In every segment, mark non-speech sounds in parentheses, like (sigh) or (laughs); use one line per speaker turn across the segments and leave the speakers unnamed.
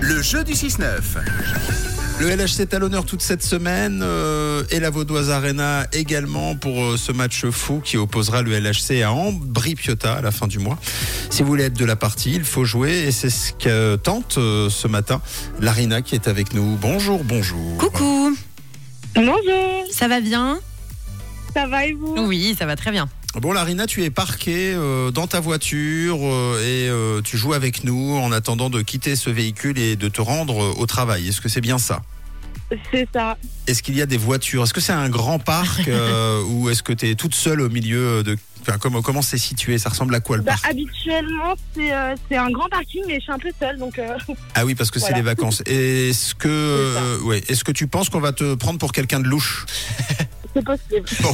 Le jeu du 6-9.
Le LHC est à l'honneur toute cette semaine euh, et la Vaudoise Arena également pour euh, ce match fou qui opposera le LHC à Ambri-Piotta à la fin du mois. Si vous voulez être de la partie, il faut jouer et c'est ce que euh, tente euh, ce matin Larina qui est avec nous. Bonjour, bonjour.
Coucou,
Bonjour,
ça va bien
ça va et vous
Oui, ça va très bien.
Bon Larina, tu es parquée euh, dans ta voiture euh, et euh, tu joues avec nous en attendant de quitter ce véhicule et de te rendre euh, au travail. Est-ce que c'est bien ça
C'est ça.
Est-ce qu'il y a des voitures Est-ce que c'est un grand parc
(laughs)
euh, ou est-ce que tu es toute seule au milieu de... Enfin, comment comment c'est situé Ça ressemble à quoi le
Bah,
parc
habituellement, c'est euh, c'est un grand parking mais je suis un peu seule donc euh, (laughs)
Ah oui, parce que c'est
Voilà.
les vacances. Est-ce que,
C'est ça.
euh, ouais, est-ce que tu penses qu'on va te prendre pour quelqu'un de louche
c'est possible.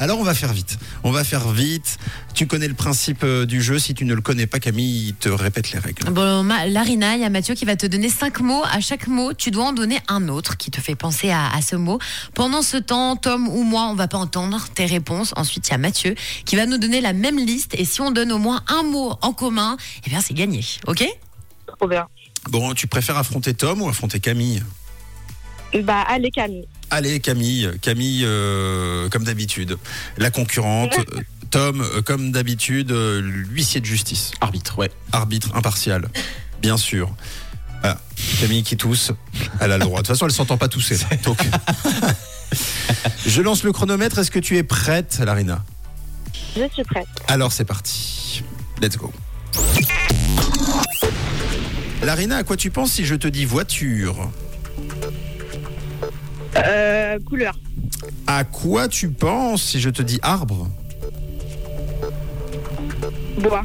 Alors on va faire vite. On va faire vite. Tu connais le principe euh, du jeu. Si tu ne le connais pas, Camille il te répète les règles.
Bon, Ma- Larina, il y a Mathieu qui va te donner cinq mots. À chaque mot, tu dois en donner un autre qui te fait penser à, à ce mot. Pendant ce temps, Tom ou moi, on va pas entendre tes réponses. Ensuite, il y a Mathieu qui va nous donner la même liste. Et si on donne au moins un mot en commun, eh bien, c'est gagné. OK
Trop bien.
Bon, tu préfères affronter Tom ou affronter Camille
Bah allez Camille.
Allez, Camille. Camille, euh, comme d'habitude, la concurrente. Euh, Tom, euh, comme d'habitude, euh, l'huissier de justice.
Arbitre, ouais.
Arbitre impartial, bien sûr. Voilà. Camille qui tousse, elle a le droit. De toute façon, elle s'entend pas tousser. là.
(laughs)
Donc... Je lance le chronomètre. Est-ce que tu es prête, Larina
Je suis prête.
Alors, c'est parti. Let's go. Larina, à quoi tu penses si je te dis voiture
Euh, couleur.
À quoi tu penses si je te dis arbre
Bois.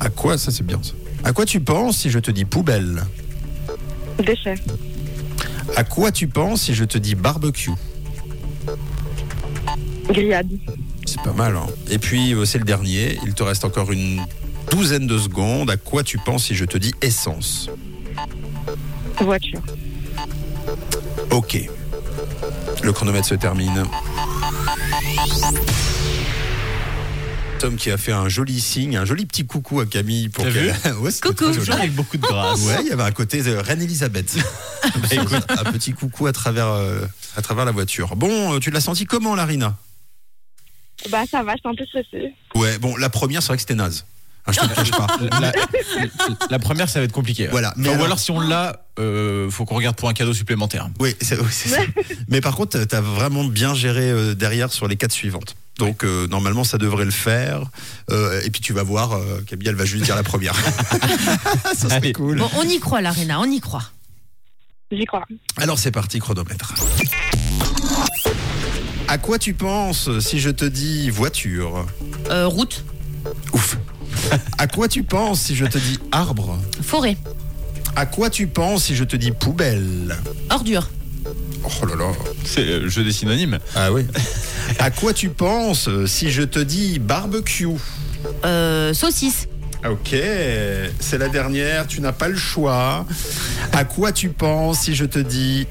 À quoi ça c'est bien ça À quoi tu penses si je te dis poubelle
Déchets.
À quoi tu penses si je te dis barbecue
Grillade.
C'est pas mal. Hein Et puis euh, c'est le dernier, il te reste encore une douzaine de secondes. À quoi tu penses si je te dis essence
Voiture.
Ok. Le chronomètre se termine. Tom qui a fait un joli signe, un joli petit coucou à Camille pour
T'as
qu'elle. (laughs) Ouais, c'était
Coucou.
très joli.
Avec beaucoup de grâce. Bah,
Ouais, il y avait un côté de Reine
(laughs)
Elisabeth. un petit coucou à travers, euh, à travers la voiture. Bon, euh, tu l'as senti comment, Larina
Bah ça va, je suis un peu stressée.
Ouais, bon, la première, c'est vrai que c'était naze. Hein, je te le cache pas.
La, la- la première, ça va être compliqué.
Voilà.
Mais
Mais
ou
alors-
alors, si on l'a, euh, faut qu'on regarde pour un cadeau supplémentaire.
Oui, c'est oui, c'est ça. Mais par contre, t'as vraiment bien géré euh, derrière sur les quatre suivantes. Donc euh, normalement ça devrait le faire. Euh, et puis tu vas voir, euh, Camille elle va juste dire la (laughs) première. (laughs) ça serait
Allez.
cool.
Bon, on y croit, Larina, on y croit.
J'y crois.
Alors c'est parti chronomètre. À quoi tu penses si je te dis voiture
Euh, route,
Ouf. À quoi tu penses si je te dis arbre
forêt,
À quoi tu penses si je te dis poubelle
ordure,
Oh là là.
C'est le jeu des synonymes.
Ah oui. À quoi tu penses si je te dis barbecue
euh, saucisse,
Ah, Ok, c'est la dernière, tu n'as pas le choix. À quoi tu penses si je te dis...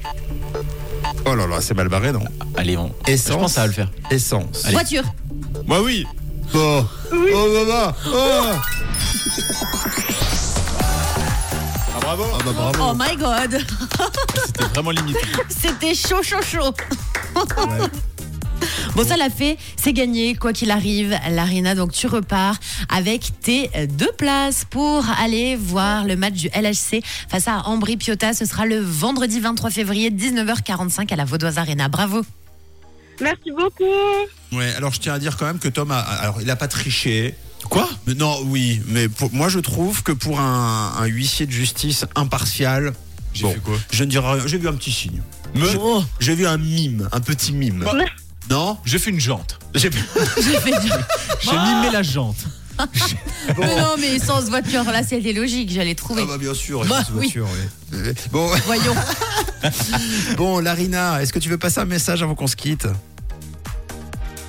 Oh là là, c'est mal barré, non
Allez, on. Je
Essence.
pense que ça va le faire.
Essence.
Allez.
voiture.
Bah oui.
Oh, oh, bah, bah, oh.
Ah, bravo.
Ah bah, bravo.
Oh my god,
C'était vraiment limite.
c'était chaud, chaud, chaud.
Ouais.
(laughs) Bon, ça l'a fait, c'est gagné, quoi qu'il arrive. Larina, donc tu repars avec tes euh, deux places pour aller voir le match du LHC face à Ambry Piotta. Ce sera le vendredi 23 février, 19h45 à la Vaudoise Arena.
(laughs)
Bravo.
Merci beaucoup.
Oh. Ouais, alors je tiens à dire quand même que Tom a, alors il a pas triché.
Quoi
Mais non, oui, mais pour- moi je trouve que pour un, un huissier de justice impartial,
J'ai
Bon.
fait quoi
je ne dirais rien. J'ai vu un petit signe.
Me-
Je- J'ai vu un mime, un petit mime.
Bah.
Non
J'ai fait une jante. J'ai
J'ai fait du-
j'ai mimé la jante.
Mais non, mais sans ce voiture, là, c'était logique, j'allais trouver.
Ah bah bien sûr,
Bah
c'est
oui.
sûr, oui. Euh, Bon,
Voyons.
bon, Larina, est-ce que tu veux passer un message avant qu'on se quitte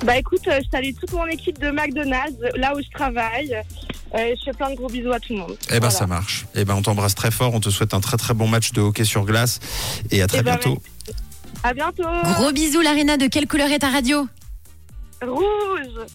Bah écoute, euh, je salue toute mon équipe de McDonald's, euh, là où je travaille. Euh, je fais plein de gros bisous à tout le monde.
Eh ben
Voilà.
ça marche. Eh ben on t'embrasse très fort, on te souhaite un très très bon match de hockey sur glace et à très
Eh ben,
bientôt.
À bientôt.
Gros bisous, Larina. De quelle couleur est ta radio
Rouge.